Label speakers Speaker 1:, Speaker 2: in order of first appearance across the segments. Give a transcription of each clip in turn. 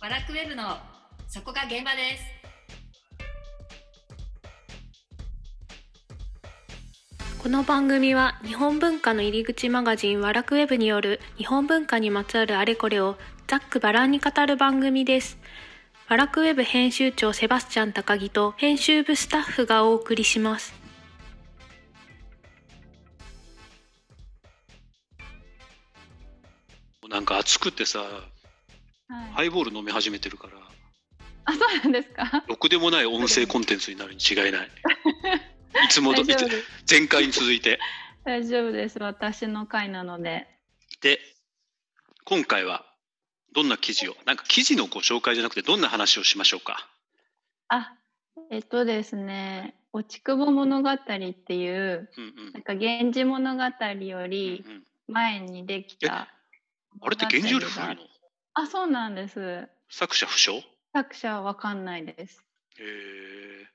Speaker 1: バラックウェブのそこが現場です。
Speaker 2: この番組は日本文化の入り口マガジンワラクウェブによる日本文化にまつわるあれこれをざっくばらんに語る番組です。ワラクウェブ編集長セバスチャン高木と編集部スタッフがお送りします。
Speaker 3: なんか暑くてさ、
Speaker 4: は
Speaker 3: ハ
Speaker 4: い、
Speaker 3: イボール飲み始めてるから、
Speaker 4: あそうなんです か。
Speaker 3: ろくでもない音声コンテンツになるに違い ない。いつもと
Speaker 4: 大丈
Speaker 3: い
Speaker 4: 夫
Speaker 3: つ
Speaker 4: です。
Speaker 3: 前回に続いて。
Speaker 4: 大丈夫です。私の回なので。
Speaker 3: で、今回はどんな記事を、なんか記事のご紹介じゃなくて、どんな話をしましょうか。
Speaker 4: あ、えっとですね。落ち久保物語っていう
Speaker 3: うんうん。
Speaker 4: なんか源氏物語よ
Speaker 3: うん
Speaker 4: り
Speaker 3: うん
Speaker 4: 前にできた。
Speaker 3: あれって源氏より古いの
Speaker 4: あ、そうなんです。
Speaker 3: 作者不詳へ
Speaker 4: 作者はわかんないです。
Speaker 3: え。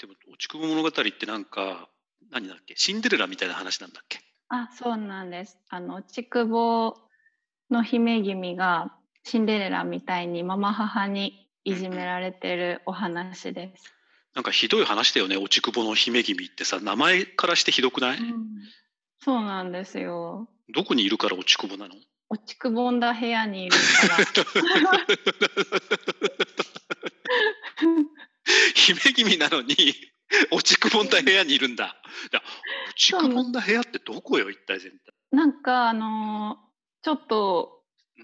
Speaker 3: でも、落ちくぼ物語ってなんか、何だっけシンデレラみたいな話なんだっけ
Speaker 4: あ、そうなんです。あの落ち久保の姫君がシンデレラみたいにママ母にいじめられてるお話です。
Speaker 3: なんかひどい話だよね、落ちくぼの姫君ってさ、名前からしてひどくない、
Speaker 4: そうなんですよ。
Speaker 3: どこにいるから落ちくぼなの
Speaker 4: 落ちくぼんだ部屋にいるから。
Speaker 3: 姫君なのに落ちくぼんだ部屋にいるんだいや落ちくぼんだ部屋ってどこよ一体全体
Speaker 4: なんかあのーちょっと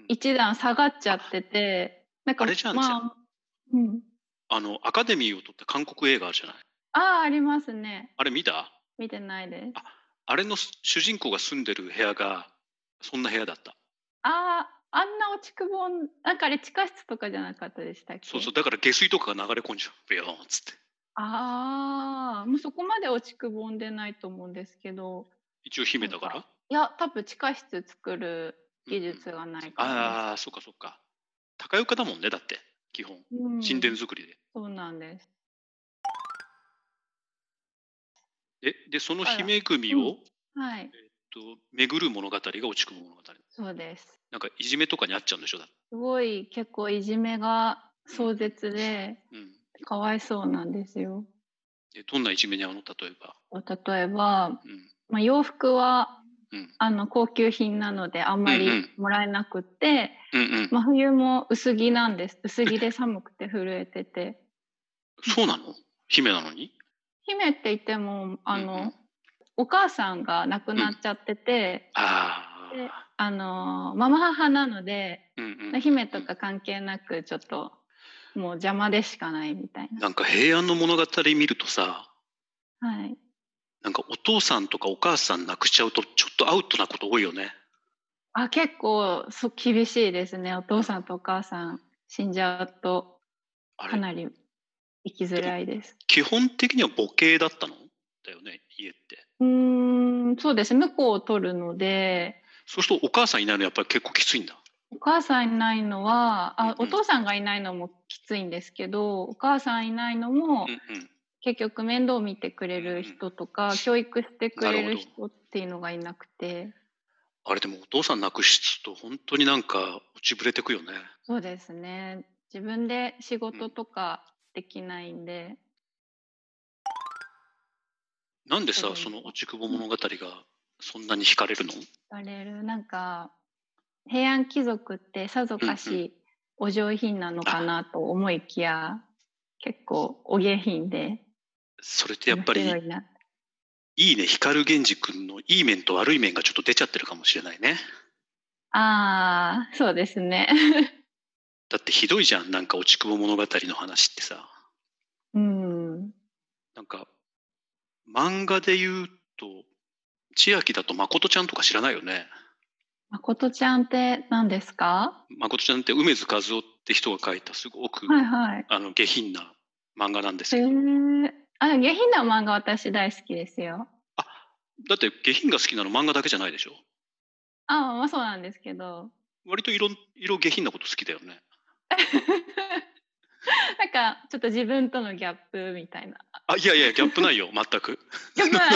Speaker 4: 一段下がっちゃってて、なんか
Speaker 3: あれじゃんじゃ
Speaker 4: まあ、うん、
Speaker 3: あのアカデミーを取った韓国映画あるじゃない
Speaker 4: ああありますね。
Speaker 3: あれ見た
Speaker 4: 見てないです。
Speaker 3: ああれの主人公が住んでる部屋がそんな部屋だった
Speaker 4: あああんな落ちくぼんなんかあれ地下室とかじゃなかったでしたっけ？
Speaker 3: そうそうだから下水とかが流れ込んじゃうビヨーンっつって
Speaker 4: ああもうそこまで落ちくぼんでないと思うんですけど、
Speaker 3: 一応姫だから
Speaker 4: いや多分地下室作る技術がないからです。
Speaker 3: ああーそっかそっか高床だもんねだって基本
Speaker 4: うん
Speaker 3: 神殿作りで、
Speaker 4: そうなんです。
Speaker 3: えでその姫組を、
Speaker 4: うん
Speaker 3: えっ
Speaker 4: はい、
Speaker 3: と巡る物語が落ちくぼ物語
Speaker 4: そうです。
Speaker 3: なんかいじめとかにあっちゃうんでしょだって
Speaker 4: すごい結構いじめが壮絶で
Speaker 3: うん
Speaker 4: かわいそうなんですよ。
Speaker 3: えどんないじめに遭うの例えば、
Speaker 4: 例えば、
Speaker 3: うん
Speaker 4: まあ、洋服は
Speaker 3: うん
Speaker 4: あの高級品なのであんま
Speaker 3: うんう
Speaker 4: り
Speaker 3: ん
Speaker 4: もらえなくって、
Speaker 3: うんうん、
Speaker 4: まあ、冬も薄着なんです薄着で寒くて震えてて
Speaker 3: そうなの姫なのに
Speaker 4: 姫って言ってもあの、
Speaker 3: うんうん
Speaker 4: お母さんが亡くなっちゃってて、
Speaker 3: あ
Speaker 4: で
Speaker 3: あ、
Speaker 4: あのママ母なので、
Speaker 3: うんうん、
Speaker 4: 姫とか関係なくちょっともう邪魔でしかないみたい
Speaker 3: なんか平安の物語見るとさ
Speaker 4: な。はい
Speaker 3: なんかお父さんとかお母さん亡くしちゃうとちょっとアウトなこと多いよね
Speaker 4: あ結構そう厳しいですねお父さんとお母さん死んじゃうと
Speaker 3: あ
Speaker 4: か
Speaker 3: れ
Speaker 4: なり生きづらいです
Speaker 3: 基本的には母系だったのだよね家って
Speaker 4: うーんそうですね婿を取るので
Speaker 3: そうするとお母さんいないのやっぱり結構きついんだ
Speaker 4: お母さんいないのはあ
Speaker 3: うん
Speaker 4: お
Speaker 3: うん
Speaker 4: 父さんがいないのもきついんですけどお母さんいないのも
Speaker 3: うんうん
Speaker 4: 結局面倒見てくれる人とか教育してくれ
Speaker 3: なる
Speaker 4: る
Speaker 3: ほど
Speaker 4: 人っていうのがいなくて
Speaker 3: あれでもお父さん亡くしちゃうと本当になんか落ちぶれてくよね
Speaker 4: そうですね自分で仕事とかできないんで。
Speaker 3: なんでさ
Speaker 4: うん
Speaker 3: その落ちくぼ物語がそんなに惹かれるの
Speaker 4: バレるなんか平安貴族ってさぞか
Speaker 3: うんう
Speaker 4: しお上品なのかなと思いきや結構お下品で
Speaker 3: それってやっぱり
Speaker 4: 面白いない
Speaker 3: いね、光源氏くんのいい面と悪い面がちょっと出ちゃってるかもしれないね。
Speaker 4: あーそうですね
Speaker 3: だってひどいじゃん、なんか落ちくぼ物語の話ってさ。
Speaker 4: うん
Speaker 3: なんか、漫画で言うと、千秋だと誠ちゃんとか知らないよね。
Speaker 4: まことちゃんって何ですか
Speaker 3: 誠ちゃんって梅津和夫って人が書いたすごく、
Speaker 4: はいはい
Speaker 3: あの下品な漫画なんです
Speaker 4: へ
Speaker 3: けど、
Speaker 4: ーあ下品な漫画私大好きですよ
Speaker 3: あだって下品が好きなの漫画だけじゃないでしょ。
Speaker 4: あまあそうなんですけど
Speaker 3: 割と色色下品なこと好きだよね。
Speaker 4: なんかちょっと自分とのギャップみたい な。
Speaker 3: あいやいやギャップないよ全く
Speaker 4: ギャップない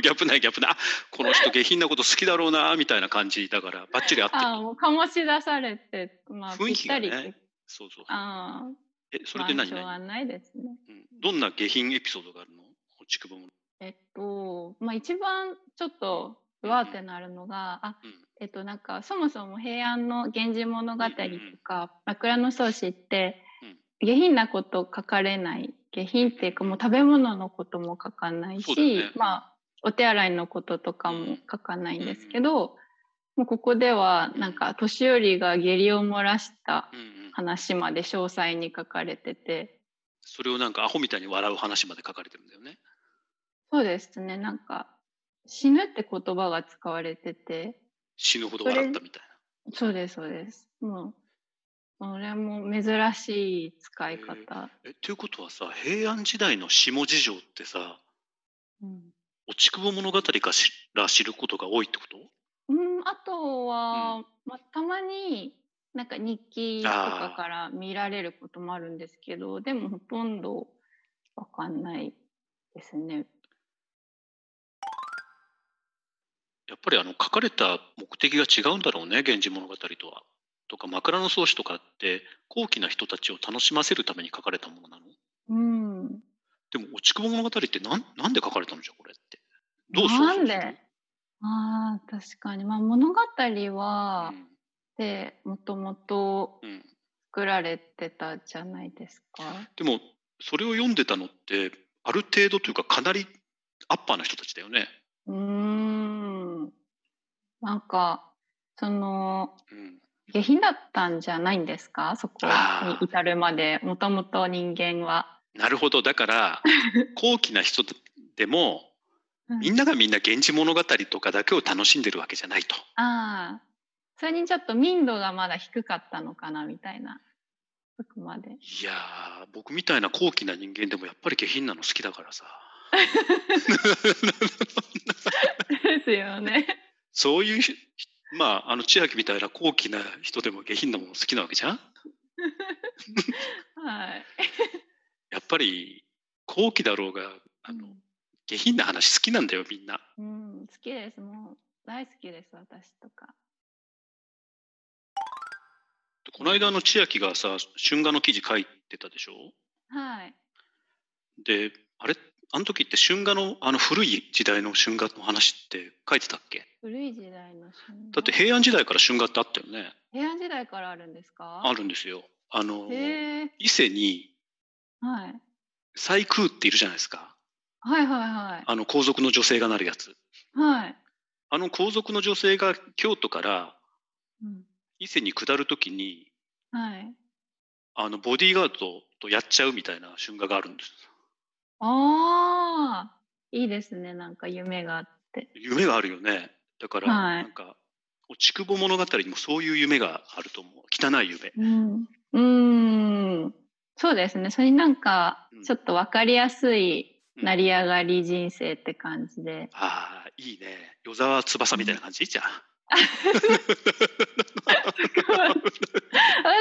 Speaker 3: ギャップないギャップないあこの人下品なこと好きだろうなみたいな感じだからバッチリ合ってる
Speaker 4: ああもう醸し出されて、まあ、
Speaker 3: 雰
Speaker 4: ぴ
Speaker 3: 囲
Speaker 4: っ
Speaker 3: 気
Speaker 4: た
Speaker 3: が
Speaker 4: り。
Speaker 3: ねそうそう
Speaker 4: ああ、
Speaker 3: えそれで何
Speaker 4: まあ
Speaker 3: 何、
Speaker 4: しょうがないですね。
Speaker 3: うんどんな下品エピソードがあるの落ちくぼも
Speaker 4: えっと、まあ一番ちょっとうわーってなるのが、あ
Speaker 3: うん
Speaker 4: えっとなんかそもそも平安の「源氏物語」とか「枕草子」って下品なこと書かれない下品っていうかもう食べ物のことも書かない
Speaker 3: そうだ
Speaker 4: し、
Speaker 3: よね
Speaker 4: まあお手洗いのこととかも書かないんですけど、もうここではなんか年寄りが下痢を漏らした
Speaker 3: うんうん
Speaker 4: 話まで詳細に書かれてて
Speaker 3: それをなんかアホみたいに笑う話まで書かれてるんだよね
Speaker 4: そうですねなんか死ぬって言葉が使われてて。
Speaker 3: 死ぬほど笑ったみたい
Speaker 4: そうです、そうです。もう、それも珍しい使い方。
Speaker 3: なえということはさ平安時代の下事情ってさ
Speaker 4: うん、
Speaker 3: 落ちくぼ物語から知ることが多いってこと
Speaker 4: うんあとは、
Speaker 3: う
Speaker 4: まあ、たまに、なんか日記とかから見られることもあるんですけど、でもほとんどわかんないですね。
Speaker 3: やっぱりあの書かれた目的が違うんだろうね「源氏物語」とは。とか「枕草子」とかって高貴な人たちを楽しませるために書かれたものなの
Speaker 4: うん。
Speaker 3: でも「落ちくぼ物語」ってなんなんで書かれたのじゃこれって。どう想像
Speaker 4: なん
Speaker 3: する
Speaker 4: でああ、確かに。まあ、物語は、
Speaker 3: うん
Speaker 4: で、もともと
Speaker 3: うん
Speaker 4: 作られてたじゃないですか。
Speaker 3: でもそれを読んでたのってある程度というかかなりアッパーな人たちだよね。
Speaker 4: うーん。なんか、その、
Speaker 3: うん、
Speaker 4: 下品だったんじゃないんですかそこ
Speaker 3: あー
Speaker 4: に至るまで、もともと人間は。
Speaker 3: なるほどだから 高貴な人でもみんながみんな「源氏物語」とかだけを楽しんでるわけじゃないと。
Speaker 4: ああ。それにちょっと民度がまだ低かったのかなみたいな。そこ まで。
Speaker 3: いやー僕みたいな高貴な人間でもやっぱり下品なの好きだからさ
Speaker 4: ですよね。
Speaker 3: そういうひまああの千秋みたいな高貴な人でも下品なもの好きなわけじゃん
Speaker 4: はい。
Speaker 3: やっぱり高貴だろうがあの下品な話好きなんだよみんな
Speaker 4: うん、好きです。もう大好きです、私とか。
Speaker 3: この間あの千秋がさ春画の記事書いてたでしょ
Speaker 4: はい。
Speaker 3: であれあの時って春画のあの古い時代の春画の話って書いてたっけ
Speaker 4: 古い時代の春画
Speaker 3: だって平安時代から春画ってあったよね
Speaker 4: 平安時代からあるんですか
Speaker 3: あるんですよあの
Speaker 4: へえ。
Speaker 3: 伊勢に
Speaker 4: はい。
Speaker 3: 最空っているじゃないですか
Speaker 4: はいはいはい。
Speaker 3: あの皇族の女性がなるやつ
Speaker 4: はい。
Speaker 3: あの皇族の女性が京都から
Speaker 4: うん
Speaker 3: 伊勢に下るときに
Speaker 4: はい。
Speaker 3: あのボディーガードとやっちゃうみたいな瞬間があるんです
Speaker 4: ああ、いいですね。なんか夢があって。
Speaker 3: 夢があるよねだから
Speaker 4: はい
Speaker 3: なんか「落ちくぼ物語」にもそういう夢があると思う汚い夢
Speaker 4: うん。うーん。そうですね。それになんか
Speaker 3: うん、
Speaker 4: ちょっとわかりやすい
Speaker 3: うん
Speaker 4: 成り上がり人生って感じで。
Speaker 3: ああいいね与沢翼みたいな感じじゃ あ
Speaker 4: 私、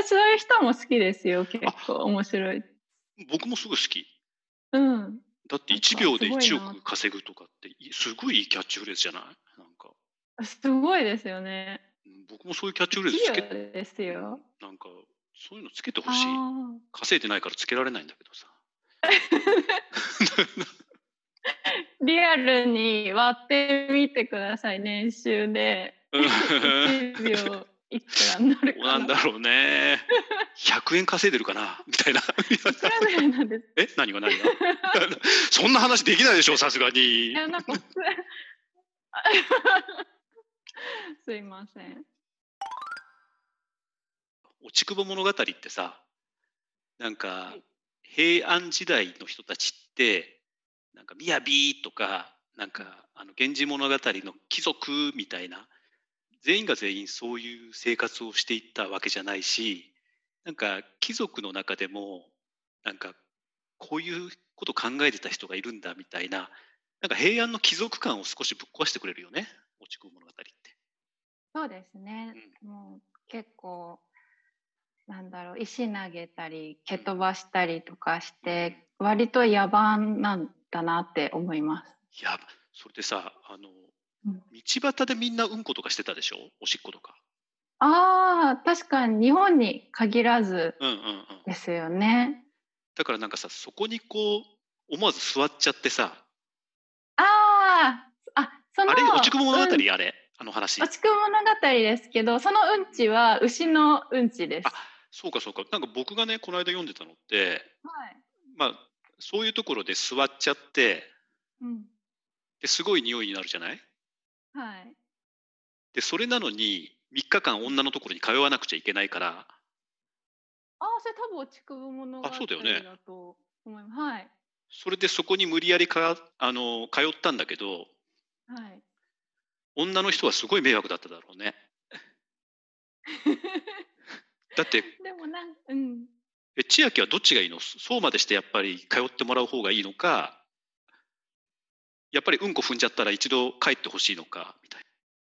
Speaker 4: そういう人も好きですよ。結構面白い。
Speaker 3: 僕もすごい好き
Speaker 4: うん。
Speaker 3: だって1秒で
Speaker 4: なんかすごい
Speaker 3: 1
Speaker 4: な
Speaker 3: 億稼ぐとかっていすごいいいキャッチフレーズじゃないなんか
Speaker 4: すごいですよね。
Speaker 3: うん僕もそういうキャッチフレー
Speaker 4: 企
Speaker 3: ズつ
Speaker 4: 業
Speaker 3: け
Speaker 4: ですよ。
Speaker 3: なんかそういうのつけてほしい
Speaker 4: あ
Speaker 3: 稼いでないからつけられないんだけど さ
Speaker 4: ーリアルに割ってみてください。年収 で。1秒いくらになる
Speaker 3: どう
Speaker 4: か
Speaker 3: なんだろうね100円稼いでるかなみ たいな
Speaker 4: いくらぐらいなんですか
Speaker 3: え何が何が そんな話できないでしょさすがに
Speaker 4: いや、なんか、す すいません。
Speaker 3: 「落ちくぼ物語」ってさなんか平安時代の人たちってなんか「みやび」とかなんかあの「源氏物語」の貴族みたいな全員が全員そういう生活をしていったわけじゃないしなんか貴族の中でもなんかこういうこと考えてた人がいるんだみたいななんか平安の貴族感を少しぶっ壊してくれるよね「落ちくぼ物語」って。
Speaker 4: そうですね。もう、結構、なんだろう石投げたり蹴飛ばしたりとかして割と野蛮なんだなって思います。
Speaker 3: いやそれでさあの
Speaker 4: うん
Speaker 3: 道端でみんなうんことかしてたでしょおしっことか。
Speaker 4: ああ確かに日本に限らず
Speaker 3: うんうんうん、
Speaker 4: ですよね。
Speaker 3: だからなんかさそこにこう思わず座っちゃってさ
Speaker 4: あああその
Speaker 3: あれ落ちく物語、
Speaker 4: うん
Speaker 3: あれあの話
Speaker 4: 落ちく物語ですけどそのうんちは牛のうんちです。
Speaker 3: あそうかそうかなんか僕がねこの間読んでたのって
Speaker 4: はい。
Speaker 3: まあそういうところで座っちゃって
Speaker 4: うん。
Speaker 3: ですごい匂いになるじゃない
Speaker 4: はい。
Speaker 3: でそれなのに3日間女のところに通わなくちゃいけないから
Speaker 4: ああそれ多分落ちく物語
Speaker 3: あそうだよね
Speaker 4: だと思います。はい
Speaker 3: それでそこに無理やりかあの通ったんだけど
Speaker 4: はい。
Speaker 3: 女の人はすごい迷惑だっただろう ねだって
Speaker 4: でもなんうん。
Speaker 3: え千秋はどっちがいいのそそうまでしてやっぱり通ってもらう方がいいのかやっぱりうんこ踏んじゃったら一度帰ってほしいのかみたい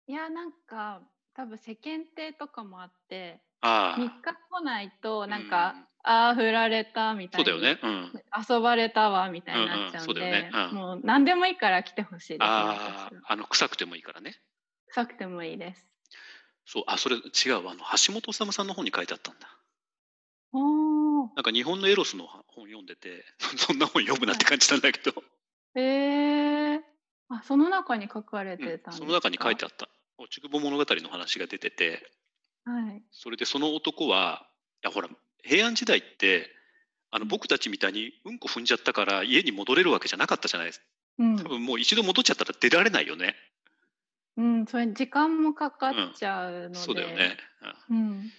Speaker 4: いやなんか多分世間体とかもあって
Speaker 3: なあ
Speaker 4: 3日
Speaker 3: あ
Speaker 4: 来ないとなん
Speaker 3: う
Speaker 4: か、
Speaker 3: ん
Speaker 4: ああ振られたみた
Speaker 3: そ
Speaker 4: いう
Speaker 3: だよね
Speaker 4: な、
Speaker 3: うん
Speaker 4: 遊ばれたわみたいになっちゃうんで、
Speaker 3: うんうんそうだよねうん
Speaker 4: もう何でもいいから来てほしいです、ね、
Speaker 3: あ
Speaker 4: 私は
Speaker 3: ああの臭くてもいいからね
Speaker 4: 臭くてもいいです。
Speaker 3: そうあそれ違うわあの橋本治さんの本に書いてあったんだ
Speaker 4: おお
Speaker 3: なんか日本のエロスの本読んでて そんな本読むなって感じなんだけど、
Speaker 4: えー、あその中に書かれて
Speaker 3: う
Speaker 4: たんですか、
Speaker 3: んその中に書いてあった「落ちくぼ物語」の話が出てて
Speaker 4: はい
Speaker 3: それでその男はいやほら平安時代ってあの
Speaker 4: うん
Speaker 3: 僕たちみたいにうんこ踏んじゃったから家に戻れるわけじゃなかったじゃないですか
Speaker 4: うん
Speaker 3: 多分もう一度戻っちゃったら出られないよね、
Speaker 4: うん、それ時間もかかっちゃうので、
Speaker 3: そうだよね、うん
Speaker 4: うん、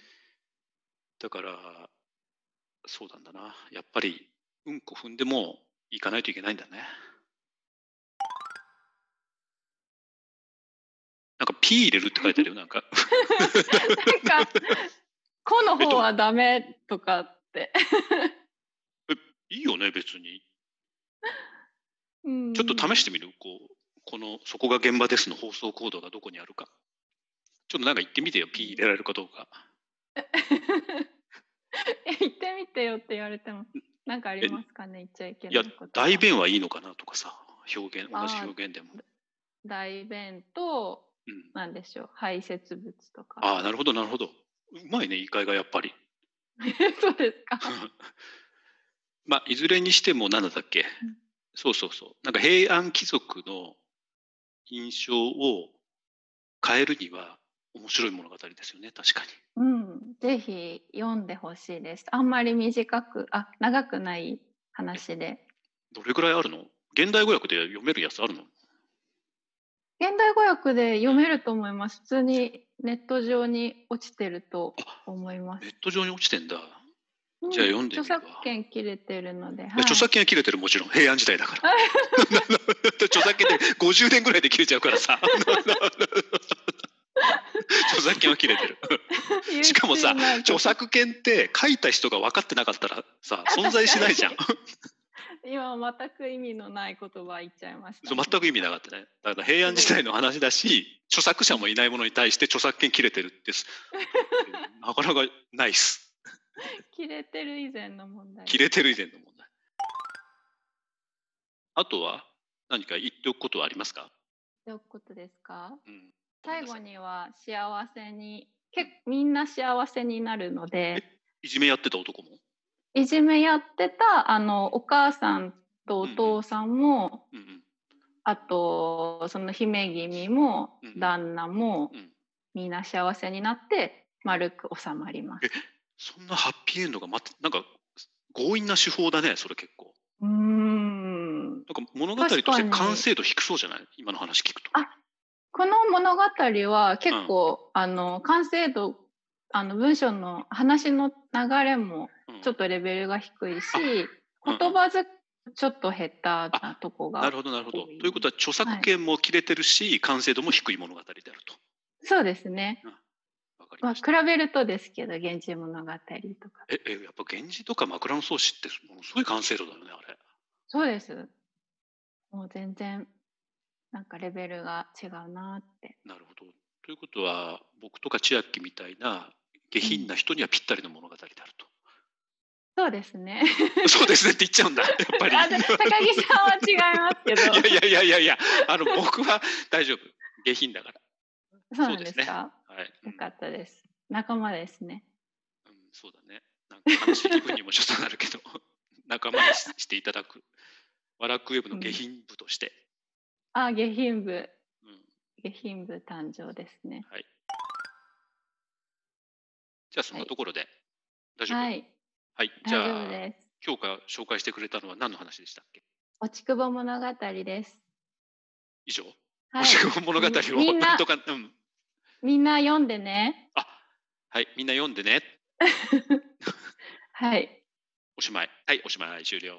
Speaker 3: だからそうなんだなやっぱりうんこ踏んでも行かないといけないんだねなんか「P 入れる」って書いてあるよなんか
Speaker 4: なんか「こ」の方はダメとかって、
Speaker 3: いいよね別に
Speaker 4: うん、
Speaker 3: ちょっと試 してみる、こう、この、そこが現場ですの放送コードがどこにあるか。ちょっとなんか言ってみてよ、P 入れられるかどうか。
Speaker 4: え行ってみてよって言われてもなんかありますかね言っちゃいけ
Speaker 3: い
Speaker 4: な
Speaker 3: や
Speaker 4: いこと、
Speaker 3: 代弁はいいのかなとかさ、表現、
Speaker 4: あ
Speaker 3: 同
Speaker 4: ー
Speaker 3: じ表現でも。
Speaker 4: 代弁と
Speaker 3: うん、
Speaker 4: なんでしょう排泄物とか
Speaker 3: ああ、なるほど、なるほど。うまいね、言い換えがやっぱり。
Speaker 4: そうですか
Speaker 3: まあ、いずれにしても、なんだったっけ、
Speaker 4: ん
Speaker 3: そうそうそう。なんか平安貴族の印象を変えるには、面白い物語ですよね、確かに。
Speaker 4: うんぜひ読んでほしいですあんまり短くあ長くない話で
Speaker 3: どれぐらいあるの現代語訳で読めるやつあるの
Speaker 4: 現代語訳で読めると思います普通にネット上に落ちてると思います
Speaker 3: ネット上に落ちてんだ。じゃあ読んでみるわ
Speaker 4: 著作権切れてるので、はい
Speaker 3: 著作権は切れてるもちろん平安時代だから 著作権で50年ぐらいで切れちゃうからさ著作権は切れてる しかもさ
Speaker 4: YouTube なんか
Speaker 3: 著作権って書いた人が分かってなかったらさ存在しないじゃん
Speaker 4: 今全く意味のない言葉言っちゃいました
Speaker 3: そう
Speaker 4: ね、
Speaker 3: 全く意味なかったねだから平安時代の話だし著作者もいないものに対して著作権切れてるってすなかなかないっす
Speaker 4: 切れてる以前の問題
Speaker 3: 切れてる以前の問題あとは何か言っておくことはありますか、
Speaker 4: どういうことですか
Speaker 3: うん
Speaker 4: 最後には幸せに結みんな幸せになるので
Speaker 3: いじめやってた男も
Speaker 4: いじめやってたあのお母さんとお父さんも、
Speaker 3: うんうん
Speaker 4: あとその姫君も
Speaker 3: うん
Speaker 4: 旦那も、
Speaker 3: うん
Speaker 4: みんな幸せになって丸く収まります。
Speaker 3: そんなハッピーエンドがまたなんか強引な手法だねそれ結構
Speaker 4: うーん
Speaker 3: なんか物語とし
Speaker 4: 確か
Speaker 3: て
Speaker 4: に
Speaker 3: 完成度低そうじゃない今の話聞くと
Speaker 4: あこの物語は結構、あの完成度あの文章の話の流れも
Speaker 3: うん
Speaker 4: ちょっとレベルが低いし、
Speaker 3: うん
Speaker 4: 言葉ずちょっと下手なとこ
Speaker 3: なる
Speaker 4: が。
Speaker 3: ほどなるほど
Speaker 4: 多
Speaker 3: と
Speaker 4: い
Speaker 3: いうことは著作権も切れてるし、完成度も低い物語であると
Speaker 4: そうですね。
Speaker 3: わかり
Speaker 4: まあ、
Speaker 3: まし
Speaker 4: 比
Speaker 3: た、
Speaker 4: べるとですけど、源氏物語とか。
Speaker 3: ええやっぱ源氏とか枕草子ってものすごい完成度だよねあれ
Speaker 4: そうです。もう全然、なんかレベルが違うなって。
Speaker 3: なるほどということは僕とか千秋みたいな下品な人にはぴったりの物語である
Speaker 4: そうですね。
Speaker 3: と、そうですねって言っちゃうんだやっぱり
Speaker 4: あで高木さんは違いますけ ど。
Speaker 3: いやいやいやいやいやあの僕は大丈夫下品だから
Speaker 4: そうなんで
Speaker 3: そ
Speaker 4: す
Speaker 3: うですね
Speaker 4: か。
Speaker 3: はい、うん
Speaker 4: よかったです。仲間ですね。
Speaker 3: うん、そうだねなんか話しい気分にもちょっとなるけど 仲間にししていただくワラクウェブの下品部として、
Speaker 4: あ、下品部、
Speaker 3: うん、
Speaker 4: 下品部誕生ですね。
Speaker 3: じゃあそんなところで、大丈夫
Speaker 4: は
Speaker 3: はい、
Speaker 4: い、大
Speaker 3: じゃ
Speaker 4: 丈夫
Speaker 3: あ
Speaker 4: です。
Speaker 3: 今日から紹介してくれたのは何の話でしたっけ
Speaker 4: 落ちくぼ物語です。
Speaker 3: 以上、
Speaker 4: はい
Speaker 3: 星、雲物語を
Speaker 4: みみんな
Speaker 3: なんとかうん
Speaker 4: みんな読んでね。
Speaker 3: あはいみんな読んでね
Speaker 4: はい。
Speaker 3: おしまいはいおしまい終了